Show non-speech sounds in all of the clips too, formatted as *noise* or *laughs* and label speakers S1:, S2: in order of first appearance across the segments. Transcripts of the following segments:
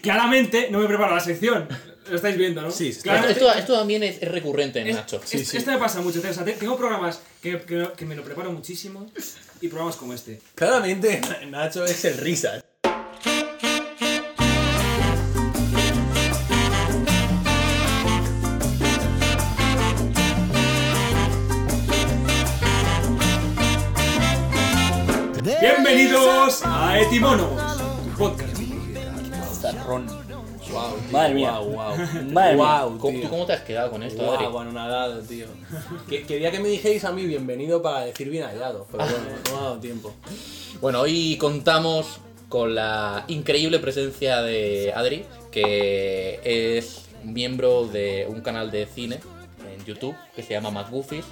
S1: claramente no me preparo la sección. Lo estáis viendo, ¿no?
S2: Sí, sí.
S1: Claramente-
S3: Esto, esto- esto también es, es recurrente en
S1: es-
S3: Nacho.
S1: es-
S2: Sí, sí.
S1: Esto me pasa mucho. O sea, te- tengo programas que, que- que me lo preparo muchísimo y programas como este.
S2: Claramente, *laughs* Nacho es el risa.
S1: Bienvenidos a Etimónogos, tu podcast.
S3: Zarrón. Wow,
S4: Madre mía.
S2: Wow, wow.
S4: *laughs* Madre mía.
S2: wow,
S3: ¿Cómo,
S2: tío.
S3: ¿Tú cómo te has quedado con esto, Adri?
S2: Guau, anonadado, tío. Que- quería que me dijerais a mí bienvenido para decir bien hallado, pero bueno, no me ha dado tiempo.
S3: Bueno, hoy contamos con la increíble presencia de Adri, que es miembro de un canal de cine en YouTube que se llama Mad Goofies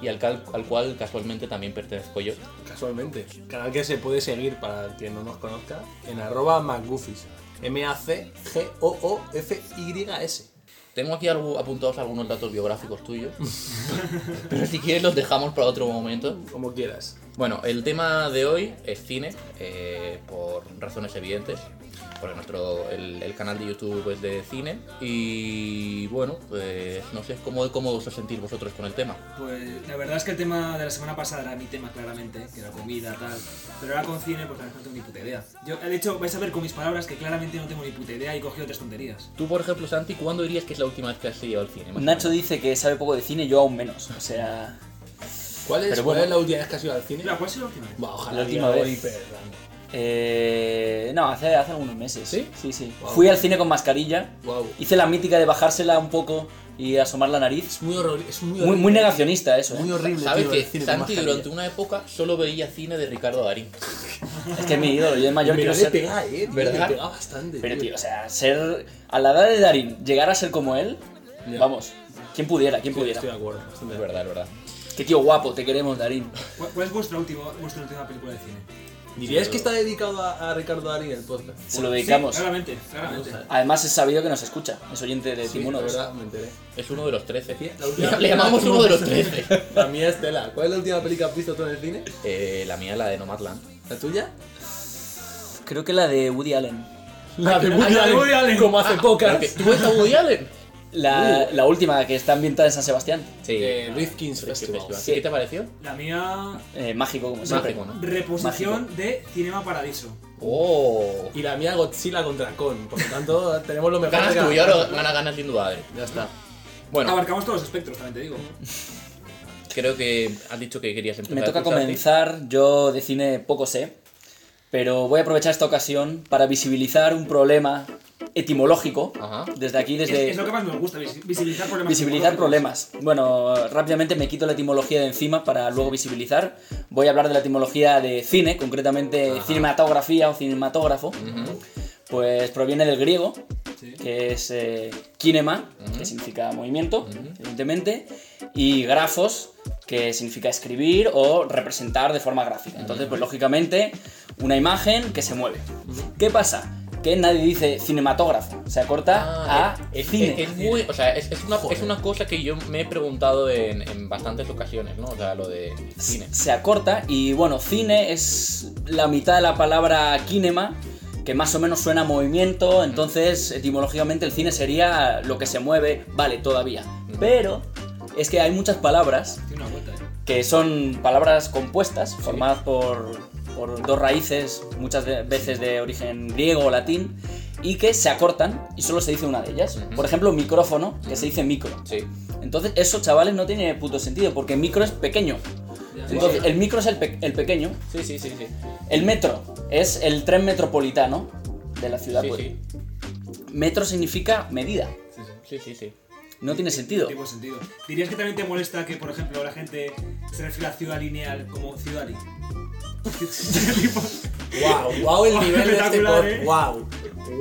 S3: y al, cal- al cual casualmente también pertenezco yo.
S2: Casualmente. Canal que se puede seguir para quien no nos conozca en arroba MacGoofies. M-A-C-G-O-O-F-Y-S.
S3: Tengo aquí algo- apuntados algunos datos biográficos
S2: *laughs*
S3: tuyos, pero si quieres los dejamos para otro momento.
S2: Como quieras.
S3: Bueno, el tema de hoy es cine, eh, por razones evidentes, porque nuestro, el, el canal de YouTube es de cine y bueno, pues no sé cómo, cómo os sentís vosotros con el tema.
S1: Pues la verdad es que el tema de la semana pasada era mi tema, claramente, que era comida, tal. Pero ahora con cine, pues la verdad no tengo ni puta idea. Yo, de hecho, vais a ver con mis palabras que claramente no tengo ni puta idea y he cogido tres tonterías.
S3: Tú, por ejemplo, Santi, ¿cuándo dirías que es la última vez que has ido al cine? más o
S4: Pues Nacho
S3: menos?
S4: dice que sabe poco de cine, yo aún menos. O sea,
S2: ¿Cuál es,
S4: Pero
S2: cuál
S4: bueno.
S2: es la última vez que has ido al cine?
S1: Mira, ¿cuál es la última vez?
S2: Buah, ojalá
S4: La última
S2: hubiera
S4: vez.
S2: ido hiper random.
S4: eh, no, hace, hace algunos meses.
S2: ¿Sí?
S4: Sí, sí.
S2: Wow.
S4: Fui al cine con mascarilla,
S2: Guau.
S4: hice la mítica de bajársela un poco y asomar la nariz.
S2: Es muy horrible. Es muy,
S4: Muy,
S2: horrible.
S4: muy negacionista eso.
S2: Muy
S4: ¿eh?
S2: horrible.
S3: ¿Sabes
S2: tío, el
S3: que
S2: cine con
S3: Santi
S2: mascarilla.
S3: durante una época solo veía cine de Ricardo Darín?
S4: Es que es mi ídolo, yo de mayor
S2: Me
S4: quiero
S2: le
S4: ser.
S2: pega, eh. tío,
S3: ¿Verdad?
S2: Me pega bastante.
S4: Pero tío, o sea, ser a la edad de Darín, llegar a ser como él,
S2: Ya.
S4: vamos, quien pudiera, quien
S2: Estoy,
S4: pudiera.
S2: estoy de acuerdo. Bastante
S3: Es
S2: de acuerdo.
S3: verdad, es verdad.
S4: Qué tío guapo, te queremos Darín.
S1: ¿Cuál, cuál es vuestra última, vuestra última película de cine?
S2: ¿Dirías que está dedicado a, a Ricardo Darín el podcast?
S4: Se lo dedicamos.
S1: Sí, claramente, claramente.
S2: Vamos
S4: Además es sabido que nos escucha, es oyente de
S2: Sí,
S4: Timuno.
S2: la verdad, me enteré.
S3: Es uno de los 13. *laughs*
S2: La última-
S3: Le llamamos uno de los 13.
S2: La mía es Tela. ¿Cuál es la última película que has visto tú en el cine?
S3: Eh, la mía, la de Nomadland.
S2: ¿La tuya?
S4: Creo que la de Woody Allen.
S2: La de
S1: Woody Allen,
S2: Como hace pocas.
S3: Claro que- ¿Tú ves a Woody Allen?
S4: La, la última que está ambientada en San Sebastián.
S3: Sí.
S2: Eh, Rifkin's Festival.
S3: ¿Qué te pareció?
S1: La mía.
S4: Eh, mágico, como siempre.
S3: Mágico, ¿no?
S1: Reposición de Cinema Paradiso.
S3: ¡Oh!
S2: Y la mía Godzilla contra Kong. Por lo tanto, tenemos lo mejor
S3: Ganas
S2: de cada
S3: tú y ahora
S2: uno.
S3: gana, ganas indudable.
S2: Ya está.
S3: Bueno,
S1: Abarcamos todos los espectros, también te digo.
S3: creo que has dicho que querías empezar.
S4: Me toca
S3: tú, Santi.
S4: comenzar, yo de cine poco sé, pero voy a aprovechar esta ocasión para visibilizar un problema etimológico.
S3: Ajá.
S4: Desde aquí,
S1: Es,
S4: desde...
S1: es lo que más nos gusta, vis- visibilizar problemas.
S4: Visibilizar
S1: tecnológicos.
S4: problemas. Bueno, rápidamente me quito la etimología de encima para luego visibilizar. Voy a hablar de la etimología de cine, concretamente cinematografía o cinematógrafo. Pues proviene del griego,
S1: Sí.
S4: que es eh, kinema, que significa movimiento, evidentemente, y grafos, que significa escribir o representar de forma gráfica. Entonces, pues lógicamente, una imagen que se mueve. ¿Qué pasa? Que nadie dice cinematógrafo, se acorta
S3: Ah,
S4: a
S3: es,
S4: cine.
S3: es- es muy, o sea, es, es una, es una cosa que yo me he preguntado en, en bastantes ocasiones, ¿no? O sea, lo de cine.
S4: se acorta y bueno, cine es la mitad de la palabra kinema, que más o menos suena a movimiento, entonces etimológicamente el cine sería lo que se mueve, vale, todavía. Pero es que hay muchas palabras
S1: Tiene una vuelta, ¿eh?
S4: que son palabras compuestas, formadas por, por dos raíces, muchas de- veces de origen griego o latín, y que se acortan y solo se dice una de ellas.
S3: Ujú.
S4: Por ejemplo, micrófono, que se dice micro.
S3: Sí.
S4: Entonces, eso, chavales, no tiene puto sentido, porque micro es pequeño. Entonces, el micro es el, pe- el pequeño.
S3: Sí, sí, sí, sí.
S4: El metro es el tren metropolitano de la ciudad.
S3: Sí,
S4: pues.
S3: sí.
S4: Metro significa medida.
S1: Sí, sí.
S3: Sí, sí, sí.
S4: No tiene sentido.
S1: Tipo de sentido. ¿Dirías que también te molesta que, por ejemplo, la gente se refiere a ciudad lineal como ciudad li? Tipo,
S2: Wow, wow el
S1: Guau,
S2: nivel de este
S1: espectacular,
S2: pod.
S1: eh.
S2: Wow,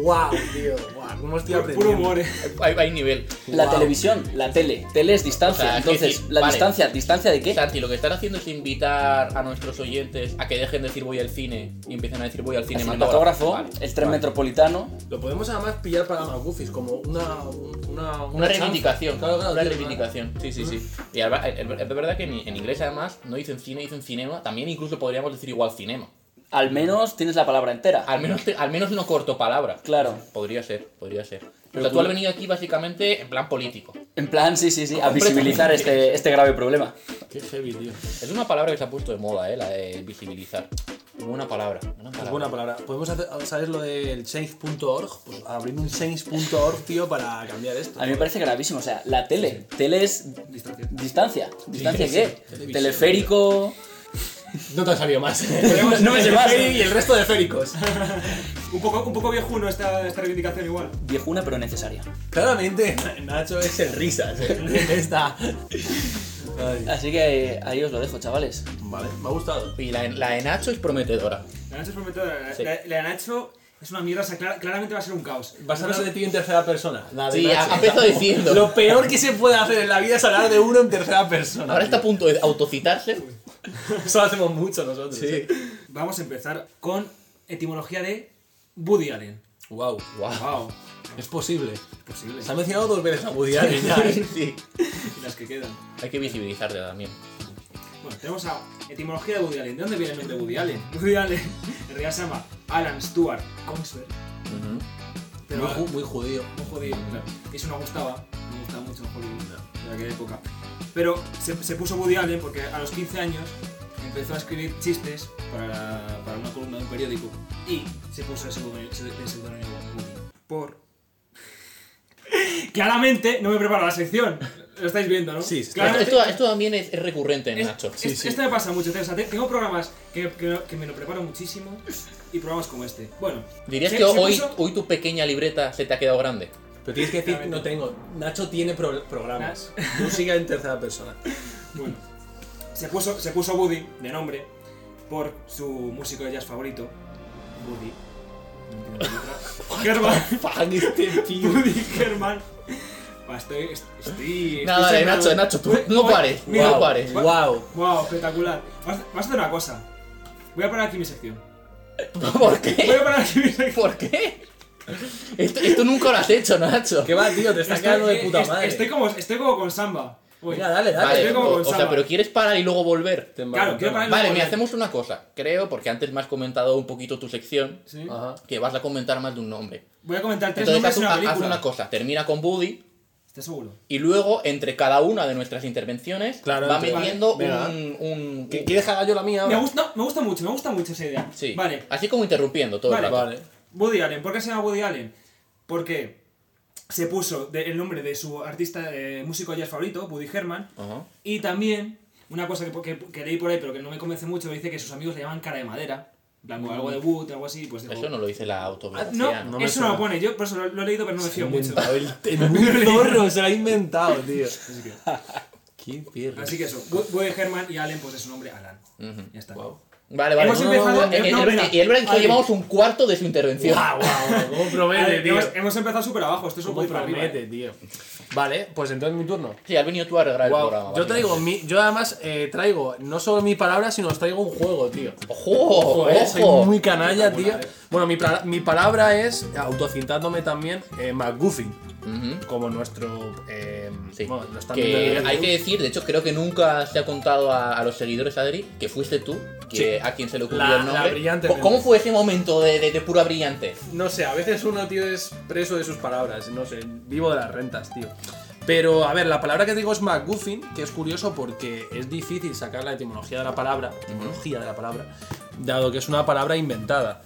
S2: wow, tío. Wow, cómo estoy
S1: pu- puro
S2: aprendiendo.
S1: humor, ¿eh?
S3: Hay, hay nivel.
S4: La
S2: Wow.
S4: televisión, la tele. Tele es
S3: O
S4: distancia.
S3: sea, es que
S4: Entonces,
S3: sí,
S4: la
S3: vale.
S4: distancia, ¿distancia de qué?
S3: Santi, lo que están haciendo es invitar a nuestros oyentes a que dejen de decir voy al cine y empiecen a decir voy al
S4: El
S3: cinematógrafo.
S4: cinematógrafo,
S3: Vale,
S4: el tren
S3: vale.
S4: metropolitano.
S2: Lo podemos además pillar para Magufis como una. un- Una,
S3: Una
S2: chanza.
S3: reivindicación,
S2: Claro, claro,
S3: una
S2: tío,
S3: reivindicación. Sí, sí, sí. Y eh, es verdad que en, en verdad que en- en inglés además no dicen cine, dicen cinema. También incluso podríamos decir igual cinema.
S4: al menos tienes la palabra entera.
S3: Al menos, te- al menos no corto palabra.
S4: Claro.
S3: Podría ser, podría ser. o
S4: Pero
S3: sea, tú
S4: tú-
S3: has venido aquí básicamente en plan político.
S4: En plan, sí, sí, sí, a visibilizar este, este grave problema.
S2: Qué heavy, tío.
S3: Es una palabra que se ha puesto de moda, eh, la de visibilizar. Buena palabra. Buena palabra.
S2: Es buena palabra. Podemos hacer, ¿sabes lo del change.org? Pues abrir un change.org, tío, para cambiar esto.
S4: A mí me parece gravísimo, o sea, la tele. Tele es
S1: Distancia.
S4: distancia. ¿Distancia
S3: sí, sí.
S4: qué?
S3: Televisión.
S4: Teleférico.
S2: *laughs* No te han sabido más.
S4: No me sé más.
S2: Y el resto
S3: *laughs*
S2: de féricos.
S1: Un poco, un poco viejuno esta, esta reivindicación igual.
S4: Viejuna, pero necesaria.
S2: Claramente, Nacho es el risas. eh, en Esta. Ay.
S4: Así que eh, ahí os lo dejo, chavales.
S2: Vale, me ha gustado.
S3: Y la, la de Nacho es prometedora.
S1: La Nacho es prometedora. La,
S3: Sí.
S1: la- la Nacho es una mierda, o sea, clara- claramente va a ser un caos.
S2: Vas a hablar de ti en tercera persona. La de
S3: Sí, ha,
S2: Nacho.
S3: ha empezado diciendo.
S2: Lo peor que se puede hacer en la vida es hablar de uno en tercera persona.
S3: Ahora está a punto de autocitarse.
S2: Eso lo hacemos mucho nosotros. ¿eh? Sí.
S1: Vamos a empezar con etimología de Woody Allen.
S2: Wow.
S3: Guau.
S1: Wow,
S2: Es posible.
S1: imposible.
S2: Se ha mencionado dos veces a Woody Allen ya, *laughs* ¿eh?
S3: *laughs* Sí.
S1: Y las que quedan.
S3: Hay que visibilizarla también.
S1: Bueno, tenemos a etimología de Woody Allen. ¿De dónde viene el nombre Woody Allen? *laughs* Woody Allen en realidad se llama Alan Stuart Kongsberg. Pero
S2: Muy, ju- muy judío.
S1: un judío, claro. Eso me gustaba, me gustaba mucho Hollywood de aquella época. Pero se, se puso Woody Allen porque a los 15 años empezó a escribir chistes para, para una columna de un periódico y se puso ese seudónimo ese seudónimo Woody. Por. *laughs* Claramente no me preparo la sección. Lo estáis viendo, ¿no?
S2: Sí, sí.
S3: Esto,
S1: Claramente-
S3: esto- esto también es, es recurrente en
S1: Ah, es-
S3: Nacho.
S1: es- Esto me pasa mucho. O sea, te- tengo programas que, que- que me lo preparo muchísimo y programas como este. Bueno.
S3: ¿Dirías
S1: se-
S3: que
S1: se
S3: hoy,
S1: puso-
S3: hoy tu pequeña libreta se te ha quedado grande? *laughs*
S2: Pero tienes que decir, no tengo. Nacho tiene pro- programas. Tú sigue en tercera *laughs* persona.
S1: Bueno, se puso, se puso Woody de nombre por su músico de jazz favorito,
S3: *laughs*
S1: Woody. Germán.
S2: Fuck, este tío.
S1: Woody Germán. Va, Estoy, est- estoy,
S3: Nada, de
S1: estoy
S3: Nacho, de
S1: sangrando.
S3: Nacho, tú no
S1: Voy-
S3: pares,
S1: mira,
S3: no pares.
S2: Wow.
S1: Wow, espectacular. Vas vas a hacer una cosa. Voy a parar aquí mi sección.
S3: ¿Por
S1: Voy
S3: qué?
S1: a parar aquí mi sección.
S3: ¿Por qué? Esto, esto nunca lo has hecho, Nacho.
S2: ¿Qué va, tío? Te está
S1: Estoy-
S2: quedando de
S1: eh,
S2: puta
S1: est-
S2: madre.
S1: Estoy como, estoy como con Samba. Uy.
S2: Venga, dale, dale.
S3: Vale,
S1: estoy como
S3: o,
S1: con
S3: o sea,
S1: Saba.
S3: pero quieres parar y luego volver.
S2: Te
S1: Claro, quiero parar- luego
S3: Vale, mira,
S1: volver.
S3: hacemos una cosa. Creo, porque antes me has comentado un poquito tu sección,
S1: Sí.
S2: Ajá.
S3: que vas a comentar más de un nombre.
S1: Voy a comentar tres
S3: Entonces
S1: nombres
S3: haz,
S1: en una
S3: una, haz
S1: película.
S3: una cosa, termina con Buddy
S1: ¿Estás seguro?
S3: y luego entre cada una de nuestras intervenciones
S2: Claro,
S3: va
S2: entre-
S3: metiendo
S2: Venga.
S3: un... un-
S2: ¿Qui- ¿Quieres que haga yo la mía
S1: Me
S2: ahora?
S1: gusta, no, me gusta mucho, me gusta mucho esa idea.
S3: Sí,
S1: Vale,
S3: así como interrumpiendo todo
S1: Vale.
S3: el rato.
S2: Vale.
S1: Woody Allen. ¿Por qué se llama Woody Allen? Porque se puso de- el nombre de su artista, eh, músico jazz favorito, Woody Herman.
S3: Ajá.
S1: Y también, una cosa que, que- que leí por ahí, pero que no me convence mucho, dice que sus amigos le llaman cara de madera. En plan, o algo de Wood, algo así. Pues digo,
S3: Mm. Eso no lo dice la
S1: Ah,
S3: autobiografía.
S1: no,
S3: ¿no?
S2: no me
S1: eso no lo
S2: suena.
S1: pone. Yo por eso lo, lo he leído, pero no me fío mucho.
S2: Inventado el, el muy zorro, se lo ha inventado, tío.
S1: Así que,
S2: Qué pierna.
S1: así que eso, Wo- Woody Herman y Allen, pues es su nombre, Alan. Ya está.
S2: Wow.
S3: Vale, vale.
S1: Hemos
S3: No, no,
S1: empezado-
S3: no, el-
S1: no,
S3: el-
S1: venga.
S3: Y el verdad
S1: Vale.
S3: llevamos un cuarto de su intervención.
S2: Guau, guau, cómo promete,
S1: Vale,
S2: tío.
S1: hemos, hemos empezado súper abajo, esto es un
S2: Cómo
S1: poco para arriba,
S2: promete,
S1: eh.
S2: tío. Vale, pues entonces mi turno.
S3: Sí, has venido tú a arreglar el
S2: Guau,
S3: programa.
S2: Yo traigo
S3: básicamente.
S2: mi, yo además eh, traigo no solo mi palabra, sino os traigo un juego, tío.
S3: ¡Ojo!
S2: Ojo, eh, soy
S3: ojo.
S2: muy canalla, tío. Bueno, mi, pra- mi palabra es, autocintándome también, eh, McGuffin,
S3: Ujú,
S2: como nuestro... eh,
S3: sí.
S2: bueno, lo están viendo
S3: que
S2: en el
S3: hay
S2: YouTube.
S3: que decir, de hecho, creo que nunca se ha contado a, a los seguidores, Adri, que fuiste tú que,
S2: Sí.
S3: a quien se le ocurrió
S2: La-
S3: el nombre.
S2: la brillante
S3: Co- ¿Cómo
S2: mente.
S3: fue ese momento de, de- de pura brillante?
S2: No sé, a veces uno, tío, es preso de sus palabras, no sé, vivo de las rentas, tío. Pero, a ver, la palabra que digo es McGuffin, que es curioso porque es difícil sacar la etimología de la palabra, etimología de la palabra, dado que es una palabra inventada.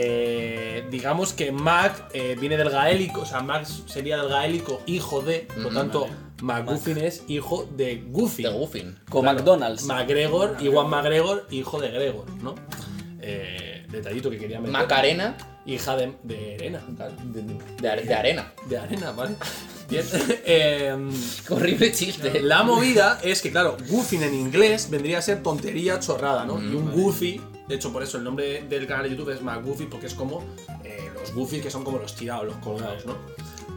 S2: Eh, digamos que Mac eh, viene del gaélico, o sea, Mac sería del gaélico hijo de, por tanto, McGuffin es hijo de Goofy.
S3: De Goofin.
S4: Con McDonald's.
S2: McGregor, Iwan McGregor, hijo de Gregor, ¿no? Eh, detallito que quería meter.
S3: Macarena
S2: Hija de, de Arena.
S3: de, de are- de arena.
S2: De Arena,
S3: *laughs*
S2: ¿vale? Bien. Em,
S3: Horrible chiste.
S2: la movida es que, claro, goofing en inglés vendría a ser tontería chorrada, ¿no?
S3: Mm,
S2: y un goofy, de hecho, por eso el nombre del canal de YouTube es más goofy, porque es como eh, los goofy que son como los tirados, los colgados, ¿no?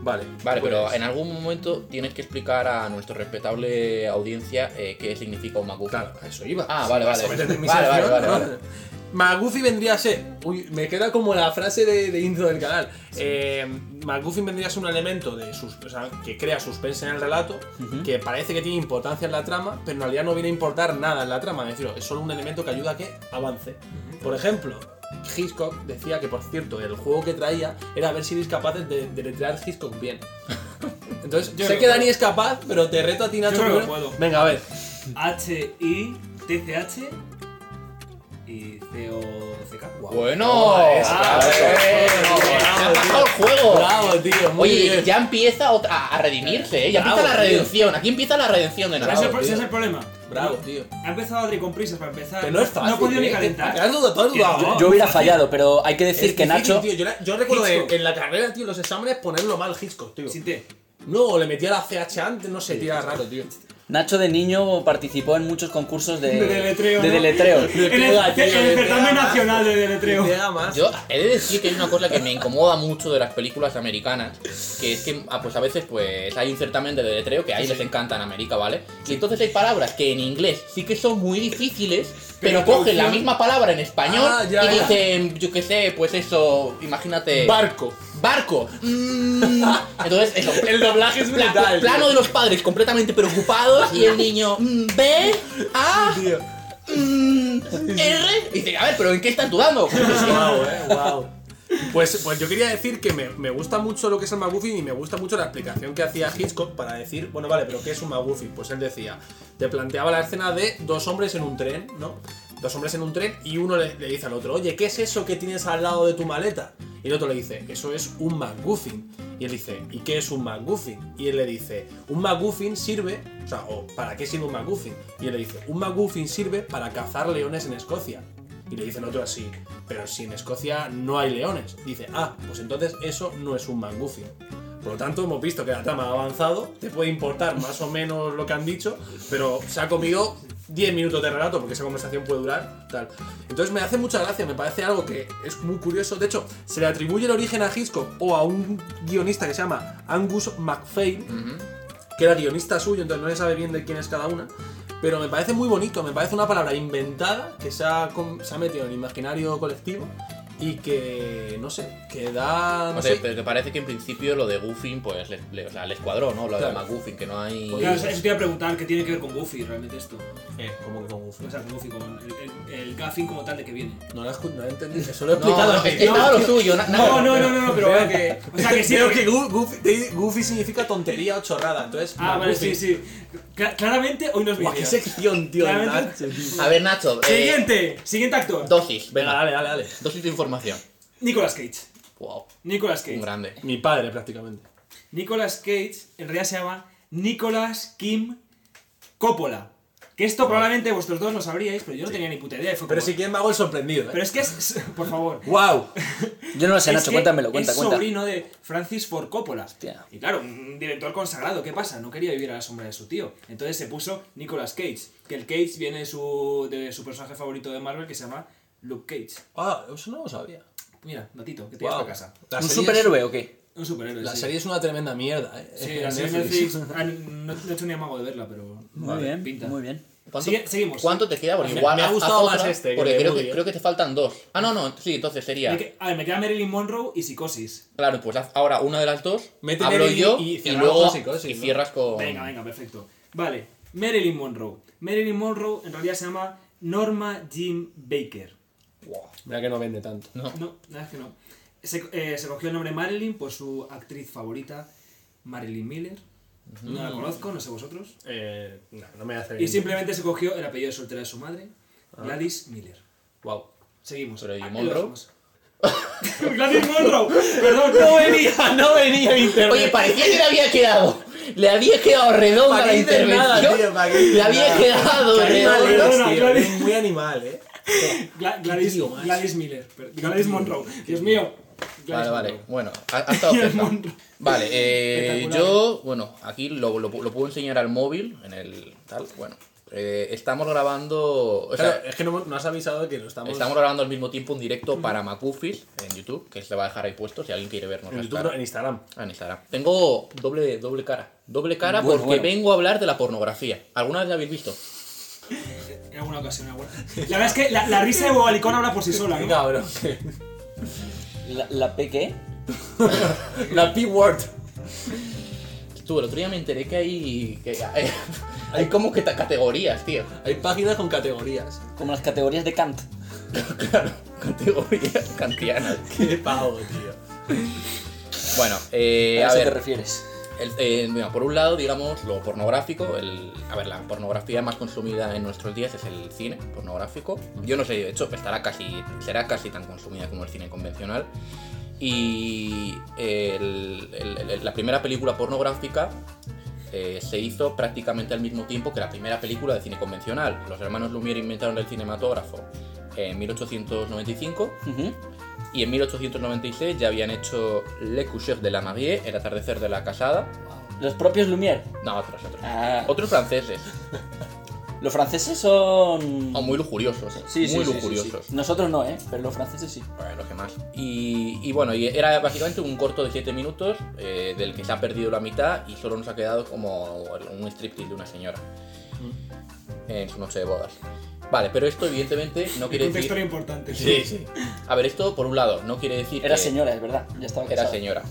S2: Vale.
S3: Vale,
S2: pues,
S3: pero en algún momento tienes que explicar a nuestra respetable audiencia eh, qué significa un MacGuffin.
S2: Claro, a eso iba.
S3: Ah, vale,
S2: Vas
S3: vale.
S2: a meter en mi
S3: Vale, vale,
S2: sección,
S3: vale,
S2: ¿no?
S3: vale.
S2: McGuffin vendría a ser. Uy, me queda como la frase de, de intro del canal. Eh, McGuffin vendría a ser un elemento de sus, o sea, que crea suspense en el relato, que parece que tiene importancia en la trama, pero en realidad no viene a importar nada en la trama. Es decir, es solo un elemento que ayuda a que avance. Por ejemplo, Hitchcock decía que, por cierto, el juego que traía era ver si eres capaces de, de letrear
S3: *laughs*
S2: Hitchcock bien. Entonces,
S1: Yo
S2: sé
S1: no.
S2: que Dani es capaz, pero te reto a ti, Nacho.
S1: Yo no lo
S2: primero.
S1: puedo.
S2: Venga, a ver.
S1: H-I-T-C-H y C-O-C-K.
S3: Bueno,
S2: Ah,
S3: bravo, se ha pasado el juego.
S2: Bravo, tío. Muy
S3: Oh. Oye,
S2: bien.
S3: ya empieza otra- a, a redimirse, ¿eh? Ya
S2: Bravo,
S3: empieza la
S2: tío.
S3: redención. Aquí empieza la redención de
S1: ¿Sabes
S3: nada.
S1: el pro-
S2: tío.
S1: ¿Sabes el problema?
S2: Bravo, tío.
S1: Ha empezado Adri con prisas para empezar.
S2: Que no es fácil.
S1: No ha podido ni
S2: ¿eh?
S1: calentar.
S2: Que has dudado, tú has dudado.
S4: Yo hubiera fallado, pero hay que
S2: Es
S4: decir que
S2: difícil,
S4: Nacho.
S2: tío. Yo, la- yo recuerdo en,
S1: Hitchcock.
S2: en la carrera, tío, los exámenes ponerlo mal Hitchcock, tío.
S1: Sin T.
S2: No, le metía la CH antes, no sé, tira raro, tío.
S4: Nacho de niño participó en muchos concursos de,
S1: De deletreo,
S4: de
S1: ¿no?
S4: deletreo.
S2: Le
S1: En el,
S2: pega, tío,
S1: en el
S2: le
S1: certamen
S2: pega más.
S1: nacional de deletreo.
S2: Te da más.
S3: Yo he de decir que hay una cosa que me incomoda mucho de las películas americanas, que es que ah, pues a veces pues hay un certamen de deletreo que a ellos les encanta en América, ¿vale? Y entonces hay palabras que en inglés sí que son muy difíciles, pero,
S1: Pero
S3: cogen la
S1: traducción-
S3: misma palabra en español
S2: Ah, ya,
S3: y
S2: ya.
S3: dicen, yo qué sé, pues eso,
S2: eh,
S3: imagínate...
S2: Barco.
S3: Barco.
S2: *laughs*
S3: Mm. Entonces, eso,
S2: El doblaje es
S3: Pla-
S2: brutal.
S3: plano de los padres completamente preocupados y el niño mm, B, A,
S2: tío.
S3: mm, R. Y dice, a ver, pero ¿en qué estás dudando?
S2: *laughs* Wow, eh, wow. Pues, pues yo quería decir que me, me gusta mucho lo que es el McGuffin y me gusta mucho la explicación que hacía Hitchcock para decir, bueno, vale, pero ¿qué es un McGuffin? Pues él decía, te planteaba la escena de dos hombres en un tren, ¿no? Dos hombres en un tren y uno le, le dice al otro, oye, ¿qué es eso que tienes al lado de tu maleta? Y el otro le dice, eso es un McGuffin. Y él dice, ¿y qué es un McGuffin? Y él le dice, un McGuffin sirve, o sea, o, ¿para qué sirve un McGuffin? Y él le dice, un McGuffin sirve para cazar leones en Escocia. Y le dicen otro así, pero si en Escocia no hay leones. Dice, ah, pues entonces eso no es un mangufi. Por lo tanto, hemos visto que la trama ha avanzado, te puede importar más o menos lo que han dicho, pero se ha comido 10 minutos de relato porque esa conversación puede durar tal. Entonces me hace mucha gracia, me parece algo que es muy curioso. De hecho, se le atribuye el origen a Hitchcock o a un guionista que se llama Angus MacPhail, que era guionista suyo, entonces no se sabe bien de quién es cada una. Pero me parece muy bonito, me parece una palabra inventada que se ha, com- se ha metido en el imaginario colectivo y que, no sé, que da... No
S3: O sea,
S2: sé,
S3: pero te parece que en principio lo de Goofing, pues le, le- o sea, les cuadró, ¿no? Lo de
S2: Claro. Pues,
S3: McGuffin, que no hay.
S1: Claro, eso te iba a preguntar qué tiene que ver con Goofy realmente esto.
S2: Eh, como que con Goofy.
S1: O sea, con Goofy, con el, el, el gaffing como tal de que viene.
S2: No lo has no lo he entendido,
S1: *laughs*
S2: solo he
S3: No,
S2: explicado
S3: no,
S2: así.
S3: es que estaba lo suyo. na- nada.
S1: No, no, no, no, no,
S2: *laughs*
S1: pero veo que. O sea, que sí.
S2: Creo
S1: porque-
S2: que Gu- Goofy, te- Goofy significa tontería o chorrada, entonces...
S1: Ah, vale,
S2: Goofy.
S1: sí, sí. Cla- Claramente hoy nos
S2: Buah,
S1: viene.
S2: qué sección, *laughs* tío. de
S1: Claramente.
S2: Nacho, tío.
S3: A ver, Nacho. eh,
S1: Siguiente, siguiente actor.
S3: dosis,
S2: Venga,
S3: venga.
S2: dale, dale, dale.
S3: Dosis de información.
S1: Nicolas Cage.
S3: Wow,
S1: Nicolas
S3: un
S1: Cage.
S3: grande.
S2: Mi padre, prácticamente.
S1: Nicolas Cage en realidad se llama Nicolas Kim Coppola. Que esto probablemente vosotros dos lo sabríais, pero yo no tenía ni puta idea. y fue
S2: Pero
S1: como-
S2: si quieres me hago el sorprendido, ¿eh?
S1: Pero es que es. Por favor.
S2: ¡Wow!
S4: Yo no lo sé,
S1: Es
S4: Nacho,
S1: que
S4: cuéntamelo, cuenta,
S1: es
S4: cuenta.
S1: sobrino de Francis Ford Coppola.
S4: Hostia.
S1: Y claro, un director consagrado, ¿qué pasa? No quería vivir a la sombra de su tío. Entonces se puso Nicolas Cage, que el Cage viene de su, de su personaje favorito de Marvel que se llama Luke Cage.
S2: Ah, eso no lo sabía.
S1: Mira, datito, que tienes
S2: Guau.
S1: para casa.
S2: La
S4: ¿Un
S2: serie es-
S4: superhéroe o qué?
S1: Un superhéroe.
S2: La
S1: sí.
S2: serie es una tremenda mierda, eh. *laughs*
S1: Sí,
S2: En
S1: la serie
S2: Netflix.
S1: Netflix. Ah, no, no he hecho ni amago de verla, pero.
S4: Muy
S1: vale,
S4: bien,
S1: pinta.
S4: muy bien.
S3: ¿Cuánto,
S1: Sigue- seguimos.
S3: ¿Cuánto te queda? Porque
S2: Me-
S3: igual
S2: me ha
S3: haz- haz
S2: gustado más
S3: otra,
S2: este, que
S3: Porque
S2: de
S3: creo
S2: Woody,
S3: que,
S2: eh.
S3: creo que te faltan dos. Ah, no, no, sí, entonces sería.
S1: Me que- a ver, me queda Marilyn Monroe y Psicosis.
S3: Claro, pues haz ahora una de las dos.
S2: Métele
S3: hablo
S2: y-
S3: yo
S2: y
S3: y,
S2: cerramos
S3: luego
S2: con psicosis,
S3: y
S2: ¿no?
S3: cierras con.
S1: Venga, venga, perfecto. Vale, Marilyn Monroe. Marilyn Monroe en realidad se llama Norma Jean Baker.
S2: Mira que no vende tanto.
S3: No.
S1: No, la verdad es que no. Se, eh, se cogió el nombre Marilyn por su actriz favorita, Marilyn Miller. No la conozco, no sé vosotros.
S2: Eh, no, no me hace
S1: Y simplemente se cogió el apellido de soltera de su madre, Gladys Miller.
S2: Wow.
S1: Seguimos.
S3: Pero, ¿y
S1: Ah, lo
S3: Monroe?
S1: dejamos. *laughs* Gladys Monroe, perdón, no
S2: *laughs*
S1: venía.
S2: no venía internet.
S3: Oye, parecía que le había quedado. Le había quedado redonda
S2: ¿Para
S3: la
S2: qué dices
S3: intervención.
S2: nada, tío? ¿Para qué dices
S3: le había
S2: nada?
S3: quedado
S2: Qué animal
S1: Perdona,
S3: redonda.
S2: eres, tío,
S1: Gladys.
S2: eres muy animal, eh.
S1: Gla- Gladys,
S2: tío más?
S1: Gladys Miller, per- Gladys Monroe. Dios mío.
S3: Vale,
S1: Gladys
S3: vale.
S1: Monroe.
S3: Bueno, ha, ha
S2: *laughs*
S3: estado
S1: Dios
S3: cerca.
S1: mío.
S3: Vale, eh,
S1: Espectacular.
S3: yo, bueno, aquí lo, lo, lo puedo enseñar al móvil, en el tal, bueno. eh, estamos grabando, o sea,
S2: Claro, es que no, no has avisado que lo estamos.
S3: estamos grabando al mismo tiempo un directo para Macufis en YouTube, que se va a dejar ahí puesto si alguien quiere vernos
S2: en
S3: las
S2: YouTube,
S3: caras.
S2: no, en Instagram.
S3: Ah, en Instagram. Tengo doble, doble cara. Doble cara
S4: Bueno,
S3: porque
S4: bueno.
S3: vengo a hablar de la pornografía. ¿Alguna vez la habéis visto?
S1: En alguna ocasión. en alguna- La verdad es que la, la risa de Bobalicón habla por sí sola, ¿eh? ¿no?
S3: Cabrón.
S4: La, la P qué?
S3: La P-Word. Tú, el otro día me enteré que hay. que hay, *laughs* hay como que ta- categorías, tío.
S2: Hay páginas con categorías.
S4: Como las categorías de Kant.
S3: Claro, *laughs* categorías kantianas.
S2: Qué pavo, tío.
S3: Bueno, eh,
S4: ¿A
S3: a
S4: eso te
S3: ver.
S4: refieres?
S3: El- eh, mira, por un lado, digamos, lo pornográfico, el, a ver, la pornografía más consumida en nuestros días es el cine pornográfico. Yo no sé, de hecho, estará casi, será casi tan consumida como el cine convencional. Y el- el- el- la primera película pornográfica eh, se hizo prácticamente al mismo tiempo que la primera película de cine convencional. Los hermanos Lumière inventaron el cinematógrafo en 1895
S4: Ujú.
S3: y en 1896 ya habían hecho Le Coucher de la Marie, El atardecer de la casada.
S4: Los propios Lumière.
S3: No, otros, otros.
S4: Ah,
S3: Otros franceses,
S4: los franceses son.
S3: o muy lujuriosos,
S4: Sí, sí,
S3: muy
S4: sí, sí,
S3: lujuriosos.
S4: sí. Nosotros no, ¿eh? Pero los franceses sí.
S3: Bueno, los que más. Y, y bueno, y era básicamente un corto de 7 minutos eh, del que se ha perdido la mitad y solo nos ha quedado como un striptease de una señora
S4: Mm.
S3: en su noche de bodas. Vale, pero esto evidentemente no
S1: Un
S3: quiere
S1: contexto
S3: decir...
S1: era importante.
S3: Sí, sí. A ver, esto por un lado no quiere decir
S4: Era
S3: que-
S4: señora, es verdad. Ya estaba
S3: era
S4: casada.
S3: señora.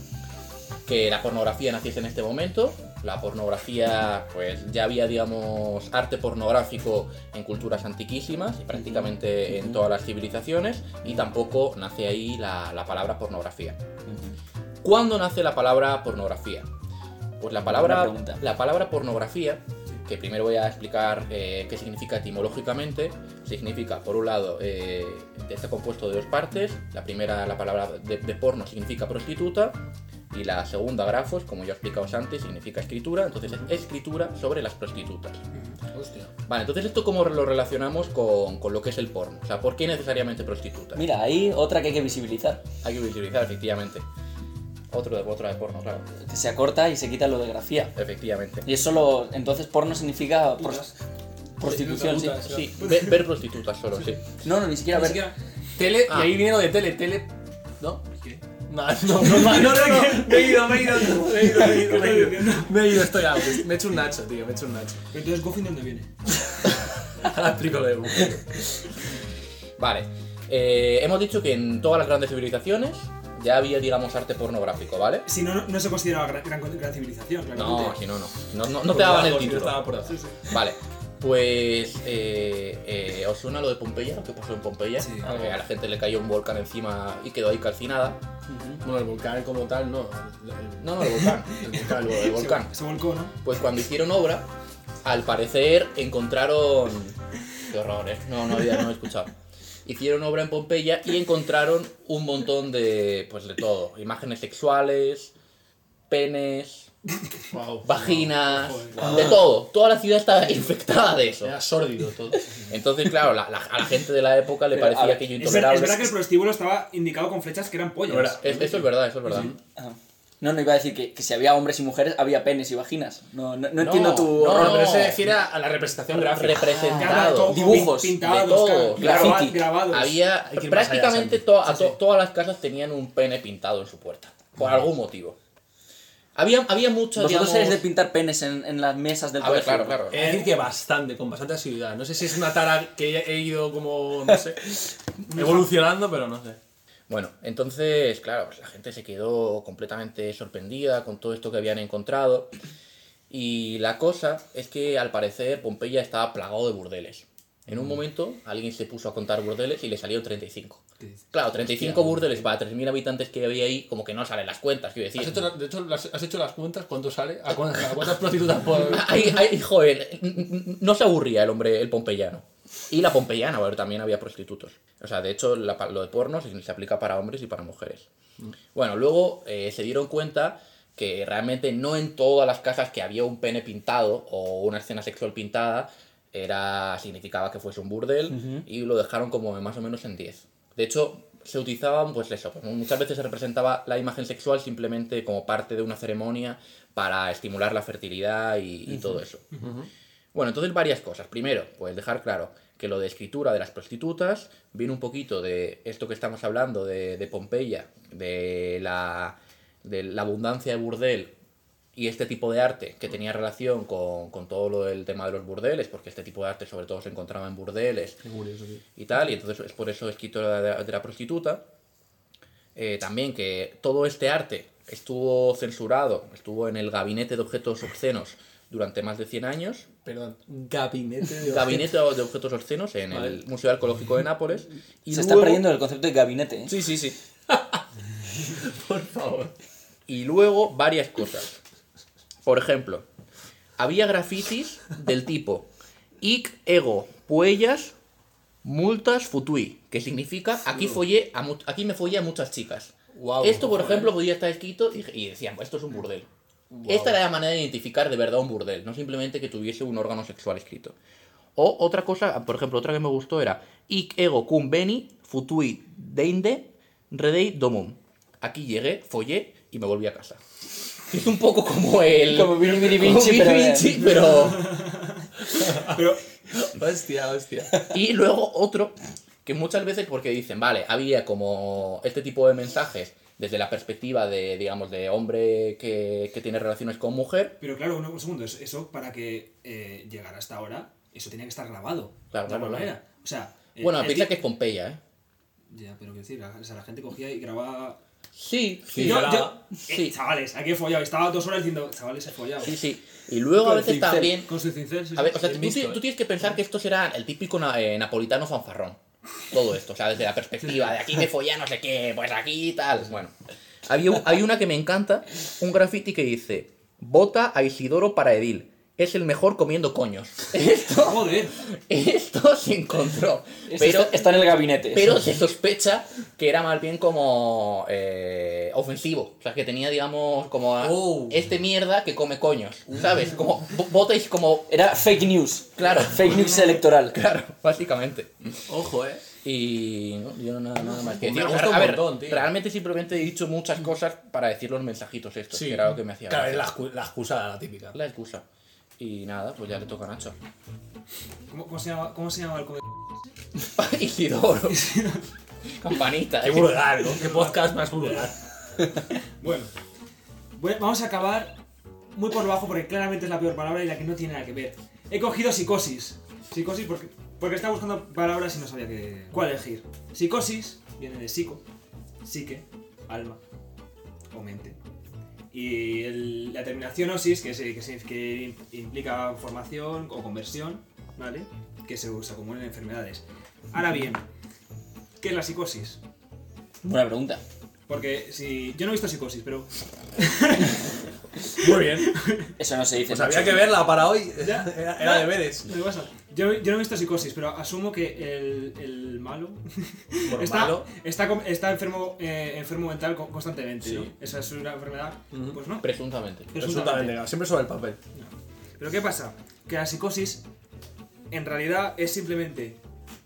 S3: Que la pornografía naciese en este momento, la pornografía, pues ya había, digamos, arte pornográfico en culturas antiquísimas y prácticamente en todas las civilizaciones, y tampoco nace ahí la, la palabra pornografía. ¿Cuándo nace la palabra pornografía? Pues la palabra,
S4: Buena pregunta.
S3: la palabra pornografía, que primero voy a explicar eh, qué significa etimológicamente, significa, por un lado, eh, está compuesto de dos partes. La primera, la palabra de, de porno significa prostituta. Y la segunda, grafos, como ya he explicado antes, significa escritura. Entonces es escritura sobre las prostitutas.
S2: Hostia.
S3: Vale, entonces esto cómo lo relacionamos con, con lo que es el porno. O sea, ¿por qué necesariamente prostitutas?
S4: Mira, ahí otra que hay que visibilizar.
S3: Hay que utilizar, efectivamente. Otro de, otra de porno, claro.
S4: Que se acorta y se quita lo de grafía.
S3: Efectivamente.
S4: Y es solo. Entonces, porno significa. pros-
S1: Putas.
S4: Prostitución, sí.
S2: Putas,
S3: Sí, ve- ver prostitutas solo, sí.
S4: No, no, ni siquiera
S2: Ni
S4: ver.
S2: siquiera- Tele,
S3: Ah.
S2: Eh, y ahí viene lo de tele, tele. ¿No? No, no, no, no, no, no, me he ido, me he ido, me he ido, me he ido, me he ido, me he ido, estoy out, me he hecho un nacho, tío, me he hecho un nacho.
S1: Pero entonces, Goffin, ¿dónde viene?
S2: Ahora explico lo de Google.
S3: Vale. eh, hemos dicho que en todas las grandes civilizaciones ya había, digamos, arte pornográfico, ¿vale?
S1: Si no, no, no se consideraba gran, gran- gran civilización, claramente.
S3: No, si no, no. No, no, no te daban el título.
S1: Sí, sí.
S3: Vale. Pues, eh, eh, ¿os suena lo de Pompeya? ¿Lo que pasó en Pompeya?
S1: Sí.
S3: Ah, que a la gente le cayó un volcán encima y quedó ahí calcinada.
S4: Ujú.
S2: Bueno, el volcán como tal, no. El, el-
S3: No, no, el volcán. El volcán, el, el volcán.
S1: Se, se volcó, ¿no?
S3: Pues cuando hicieron obra, al parecer encontraron. Qué horror, ¿eh? No, no había no he escuchado. Hicieron obra en Pompeya y encontraron un montón de. Pues de todo. Imágenes sexuales, penes,
S2: Wow.
S3: vaginas, de todo. Toda la ciudad estaba infectada de eso.
S2: Era sórdido todo.
S3: Entonces, claro, la- la- a la gente de la época le
S4: Pero, a
S3: parecía
S4: ver,
S3: aquello
S1: Es, ver- es
S3: intolerable.
S1: verdad que el prostíbulo estaba indicado con flechas que eran pollas.
S2: No era-
S3: Es- eso es verdad, eso es verdad.
S4: Ah. No, no iba a decir que, que si había hombres y mujeres, había penes y vaginas. No, no, no entiendo tu
S3: no,
S4: horror.
S2: No, pero se refiere a la representación gráfica.
S1: Claro,
S3: Representado.
S1: con- con
S4: dibujos,
S1: pin-
S4: de
S1: pintados,
S3: todo,
S1: claro, graba-
S4: graffiti.
S1: grabados.
S3: Había
S2: Hay que ir más allá,
S3: prácticamente
S2: Santi.
S3: to- a to- todas las casas tenían un pene pintado en su puerta, por algún motivo. Había, había muchas,
S4: Vosotros
S3: digamos-
S4: sois de pintar penes en, en las mesas del
S3: A ver,
S4: colegio.
S3: claro, claro.
S2: He de decir que bastante, con bastante asiduidad. No sé si es una tara que he ido como, no *laughs* sé, evolucionando, pero no sé.
S3: Bueno, entonces, claro, pues la gente se quedó completamente sorprendida con todo esto que habían encontrado. Y la cosa es que al parecer Pompeya estaba plagado de burdeles. En
S2: Mm.
S3: un momento alguien se puso a contar burdeles y le salió 35. Claro, 35 burdeles para 3.000 habitantes que había ahí, como que no salen las cuentas, quiero decir.
S2: ¿Has hecho, la- de hecho, las- ¿Has hecho las cuentas? ¿Cuánto sale? ¿A cuántas, a cuántas prostitutas por...?
S3: Ay, ay, joder, n- n- no se aburría el hombre, el pompeyano. Y la pompeyana, bueno, también había prostitutos. O sea, de hecho, la pa- lo de porno se, se aplica para hombres y para mujeres. Bueno, luego eh, se dieron cuenta que realmente no en todas las casas que había un pene pintado o una escena sexual pintada era significaba que fuese un burdel y lo dejaron como más o menos en 10. De hecho, se utilizaban pues eso, pues, muchas veces se representaba la imagen sexual simplemente como parte de una ceremonia para estimular la fertilidad y, y todo eso. Bueno, entonces varias cosas. Primero, pues dejar claro que lo de escritura de las prostitutas viene un poquito de esto que estamos hablando de, de Pompeya, de la, de la abundancia de burdel Y este tipo de arte que tenía relación con, con todo lo del tema de los burdeles, porque este tipo de arte sobre todo se encontraba en burdeles
S2: Qué curioso, tío.
S3: y tal, y entonces es por eso es quito de, la- de la prostituta. Eh, también que todo este arte estuvo censurado, estuvo en el gabinete de objetos obscenos durante más de 100 años.
S2: Perdón. Gabinete de
S3: Gabinete de objetos obscenos en el
S2: Vale.
S3: Museo Arqueológico de Nápoles. Y
S4: Se está
S3: luego-
S4: perdiendo el concepto de gabinete, ¿eh?
S2: Sí, sí, sí.
S3: *laughs* Por favor. Y luego varias cosas. Por ejemplo, había grafitis del tipo Ic ego puellas multas futui, que significa aquí follé a mu- aquí me follé a muchas chicas.
S2: Guau.
S3: esto, por ejemplo, podía estar escrito y, y decían, esto es un burdel. Esta era la manera de identificar de verdad un burdel, no simplemente que tuviese un órgano sexual escrito. O otra cosa, por ejemplo, otra que me gustó era Ic ego cum veni futui deinde redei domum. Aquí llegué, follé y me volví a casa. Es un poco como el...
S4: Como Vini Vini Vinci,
S3: como
S4: pero-
S3: Vini Vinci, pero...
S1: *laughs* Pero
S2: Hostia, hostia.
S3: Y luego otro, que muchas veces porque dicen, vale, había como este tipo de mensajes desde la perspectiva de, digamos, de hombre que, que tiene relaciones con mujer.
S1: Pero claro, uno- un segundo, es- eso para que eh, llegara hasta ahora, eso tenía que estar grabado.
S3: Claro,
S1: de alguna
S3: claro, claro.
S1: manera. O sea, eh,
S3: Bueno,
S1: el
S3: piensa
S1: ti-
S3: que es Pompeya, ¿eh?
S1: Ya, pero quiero decir, la, o sea, la gente cogía y grababa.
S3: Sí,
S2: Y
S3: sí.
S1: yo,
S2: grababa.
S1: yo- eh,
S3: Sí.
S1: chavales, aquí he follado. Estaba dos horas diciendo, chavales, he follado.
S3: Sí, sí. Y luego a
S4: Con
S3: veces
S4: cincel.
S3: también...
S1: Con su cincel, sí,
S3: A ver,
S1: sí.
S3: o sea, tú,
S2: visto,
S3: ti-
S2: eh.
S3: tú tienes que pensar que esto será el típico na- eh, napolitano fanfarrón. Todo esto, o sea, desde la perspectiva de aquí me follé a no sé qué, pues aquí y tal. Bueno, había un- hay una que me encanta, un graffiti que dice, vota a Isidoro para Edil, es el mejor comiendo coños. *laughs* Esto,
S1: Joder,
S3: esto se encontró,
S4: Eso
S3: pero,
S4: está, está en el gabinete.
S3: pero se sospecha que era más bien como eh, ofensivo, o sea, que tenía, digamos, como a-
S2: Oh.
S3: este mierda que come coños, ¿sabes? Como, vo- votáis como...
S4: Era fake news.
S3: Claro,
S4: Fake news electoral.
S3: Claro, *laughs* básicamente.
S2: Ojo, eh.
S3: Y no, yo no nada, nada más que
S2: Me
S3: decir.
S2: gusta
S3: a
S2: un
S3: ver,
S2: montón, tío.
S3: realmente simplemente he dicho muchas cosas para decir los mensajitos estos, que Pues era lo que me hacía.
S2: Claro, es la,
S3: gracia.
S2: excu- la excusa la típica.
S3: La excusa. Y nada, pues ya le toca a
S2: *laughs*
S3: Nacho. *laughs*
S1: eh. ¿cómo, cómo se llamaba, cómo se llamaba el comedor?
S2: *laughs*
S3: Isidoro. Campanita.
S2: Qué
S3: eh.
S2: vulgar, ¿no? Qué podcast más vulgar.
S1: Bueno, bueno, vamos a acabar muy por abajo porque claramente es la peor palabra y la que no tiene nada que ver. He cogido psicosis. Psicosis porque, porque estaba buscando palabras y no sabía qué- cuál elegir. Psicosis viene de psico, psique, alma o mente. Y el- la terminación osis, que, se- que, se- que implica formación o conversión, ¿vale? Que se usa común en enfermedades. Ahora bien, ¿qué es la psicosis?
S4: Buena pregunta.
S1: Porque si. Yo no he visto psicosis, pero.
S3: *laughs*
S2: Muy bien.
S4: Eso no se dice.
S2: Pues
S4: mucho.
S2: había que verla para *laughs* hoy.
S1: Ya.
S2: Era, era deberes.
S1: Me pasa. Yo, yo no he visto psicosis, pero asumo que el, el malo,
S2: Bueno,
S1: está,
S2: malo.
S1: está con- está enfermo eh, enfermo mental co- constantemente.
S2: Sí.
S1: ¿no? Esa es una enfermedad.
S2: Ujú.
S1: Pues no.
S3: Presuntamente.
S2: Absolutamente, claro, siempre sobre el papel.
S1: Pero ¿qué pasa? Que la psicosis en realidad es simplemente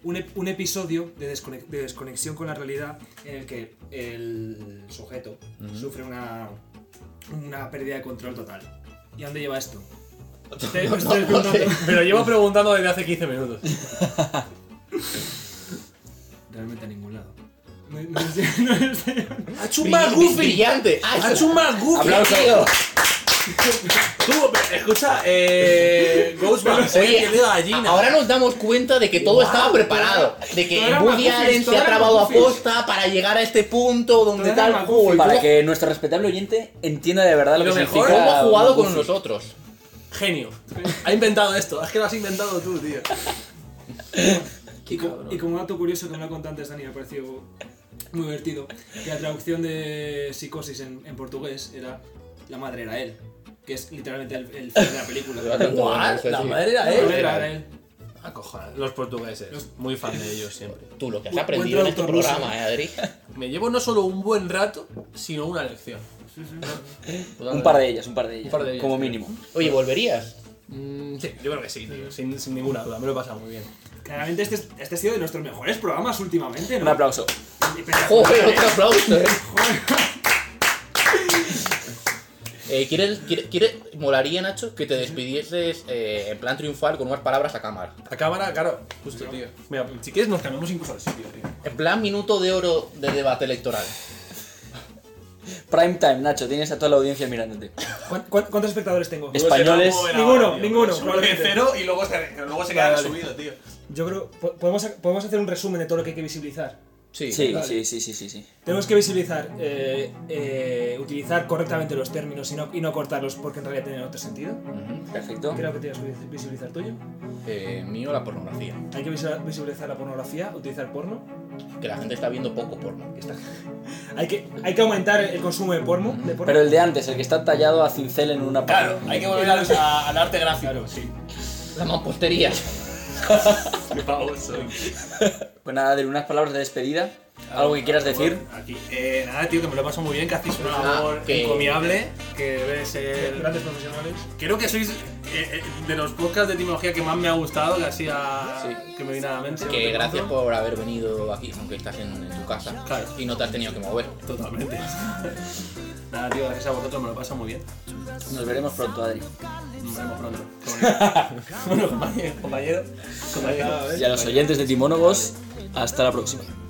S1: un, ep- un episodio de, descone- de desconexión con la realidad en el que el sujeto sufre una, una pérdida de control total. ¿Y a dónde lleva esto? Te-
S3: No,
S2: *laughs*
S1: estoy
S3: no
S1: preguntando-
S2: Me lo llevo preguntando desde hace 15 minutos.
S1: Realmente a ningún lado. No, no sé- *laughs* no sé.
S2: *laughs* ¡Ha hecho
S3: Brill- Brillante. Ah, eso-
S2: Aplauso.
S3: Tío.
S2: Tú, pero escucha, eh. Ghostbusters,
S3: Oye,
S2: eh, que le da gallina.
S3: Ahora nos damos cuenta de que todo
S2: Guau,
S3: estaba preparado, de
S1: todo
S3: que
S1: era
S3: Woody
S1: McGuffins,
S3: Allen
S1: todo
S3: se ha
S1: era
S3: trabado a
S1: McGuffins.
S3: posta para llegar a este punto donde
S1: Todo era
S3: tal.
S1: McGuffins.
S3: Uy,
S4: Para
S3: ¿cómo-
S4: que nuestro respetable oyente entienda de verdad lo,
S2: Lo
S4: que
S2: mejor,
S4: significa.
S3: ¿Cómo ha jugado con
S4: Goofy.
S3: nosotros?
S2: Genio. Ha inventado esto. Es que lo has inventado tú, tío.
S1: Y, co- y como dato curioso que me lo ha contado antes Dani, me ha parecido muy divertido, que la traducción de psicosis en, en portugués era la madre era él, que es literalmente el, el fin de *laughs* la película.
S3: Bastante bueno,
S2: What?
S3: eso
S2: La
S3: sí.
S2: madre
S1: La
S2: era
S1: madre
S2: él.
S1: era él.
S2: Acojonados. Los portugueses. Muy fan de ellos siempre.
S3: Tú lo que has
S1: Buen
S3: aprendido en este
S1: traductor ruso.
S3: programa, eh, Adri.
S2: Me llevo no solo un buen rato, sino una lección.
S4: Un par de ellas, un par de ellas.
S2: par de ellas,
S4: como
S2: tío.
S4: mínimo.
S3: Oye, ¿volverías? *laughs*
S2: Mm, sí, yo creo que sí, tío. Sin, sin ninguna duda. Me lo he pasado muy bien.
S1: Claramente este, es- este ha sido de nuestros mejores programas últimamente,
S4: Un
S1: ¿no?
S4: aplauso.
S1: Pero-
S3: Joder, otro aplauso, eh. Eh, ¿quieres, quiere- quiere- molaría, Nacho, que te despidieses eh, en plan triunfal con unas palabras a cámara?
S2: A cámara, claro. Justo, tío. Mira, si quieres nos cambiamos incluso al sitio, tío.
S3: En plan minuto de oro de debate electoral.
S4: Prime time, Nacho, tienes a toda la audiencia mirándote.
S1: ¿Cuán- cuán- ¿Cuántos espectadores tengo?
S4: Es- Españoles.
S1: Ninguno, ninguno,
S2: Sube
S1: probablemente.
S2: cero y luego se, luego se queda
S1: Vale.
S2: subido, tío.
S1: Yo creo. po- Podemos, podemos hacer un resumen de todo lo que hay que visibilizar.
S3: Sí.
S4: Sí,
S1: Vale.
S4: sí, sí, sí, sí, sí.
S1: Tenemos que visibilizar, eh, eh, utilizar correctamente los términos y no, y no cortarlos porque en realidad tienen otro sentido.
S3: Ujú.
S4: Perfecto.
S1: Creo que tienes que visibilizar tuyo.
S3: Eh, mío la pornografía.
S1: Hay que visi- visibilizar la pornografía, utilizar porno.
S3: Que la gente está viendo poco porno.
S1: que está- Hay que, hay que aumentar el consumo de porno. De porno.
S4: Pero el de antes, el que está tallado a cincel en una pared.
S2: Claro, hay que volver a los- a- al arte gráfico. sí.
S3: La mampostería.
S2: Qué pavo soy.
S4: Pues nada, de unas palabras de despedida. Algo que quieras decir.
S2: Aquí. Eh, nada, tío, que me lo paso muy bien, que hacéis una
S3: Ah,
S2: labor
S3: que-
S2: encomiable, que debe ser...
S1: Eh, Grandes profesionales.
S2: Creo que sois eh, eh, de los podcasts de etimología que más me ha gustado, que hacía...
S3: Sí.
S2: que me vino a la mente.
S3: Que
S2: Te
S3: gracias
S2: mando.
S3: por haber venido aquí, aunque estás en, en tu casa.
S2: Claro.
S3: Y no te has tenido que mover.
S2: Totalmente. *laughs* nada, tío, gracias a vosotros, me lo paso muy bien.
S4: Nos veremos pronto, Adri.
S2: Nos vemos pronto. Qué
S4: *laughs*
S2: *laughs* bonito. bueno, compañero, compañero, compañero.
S4: Y a los oyentes de Timónogos, hasta la próxima.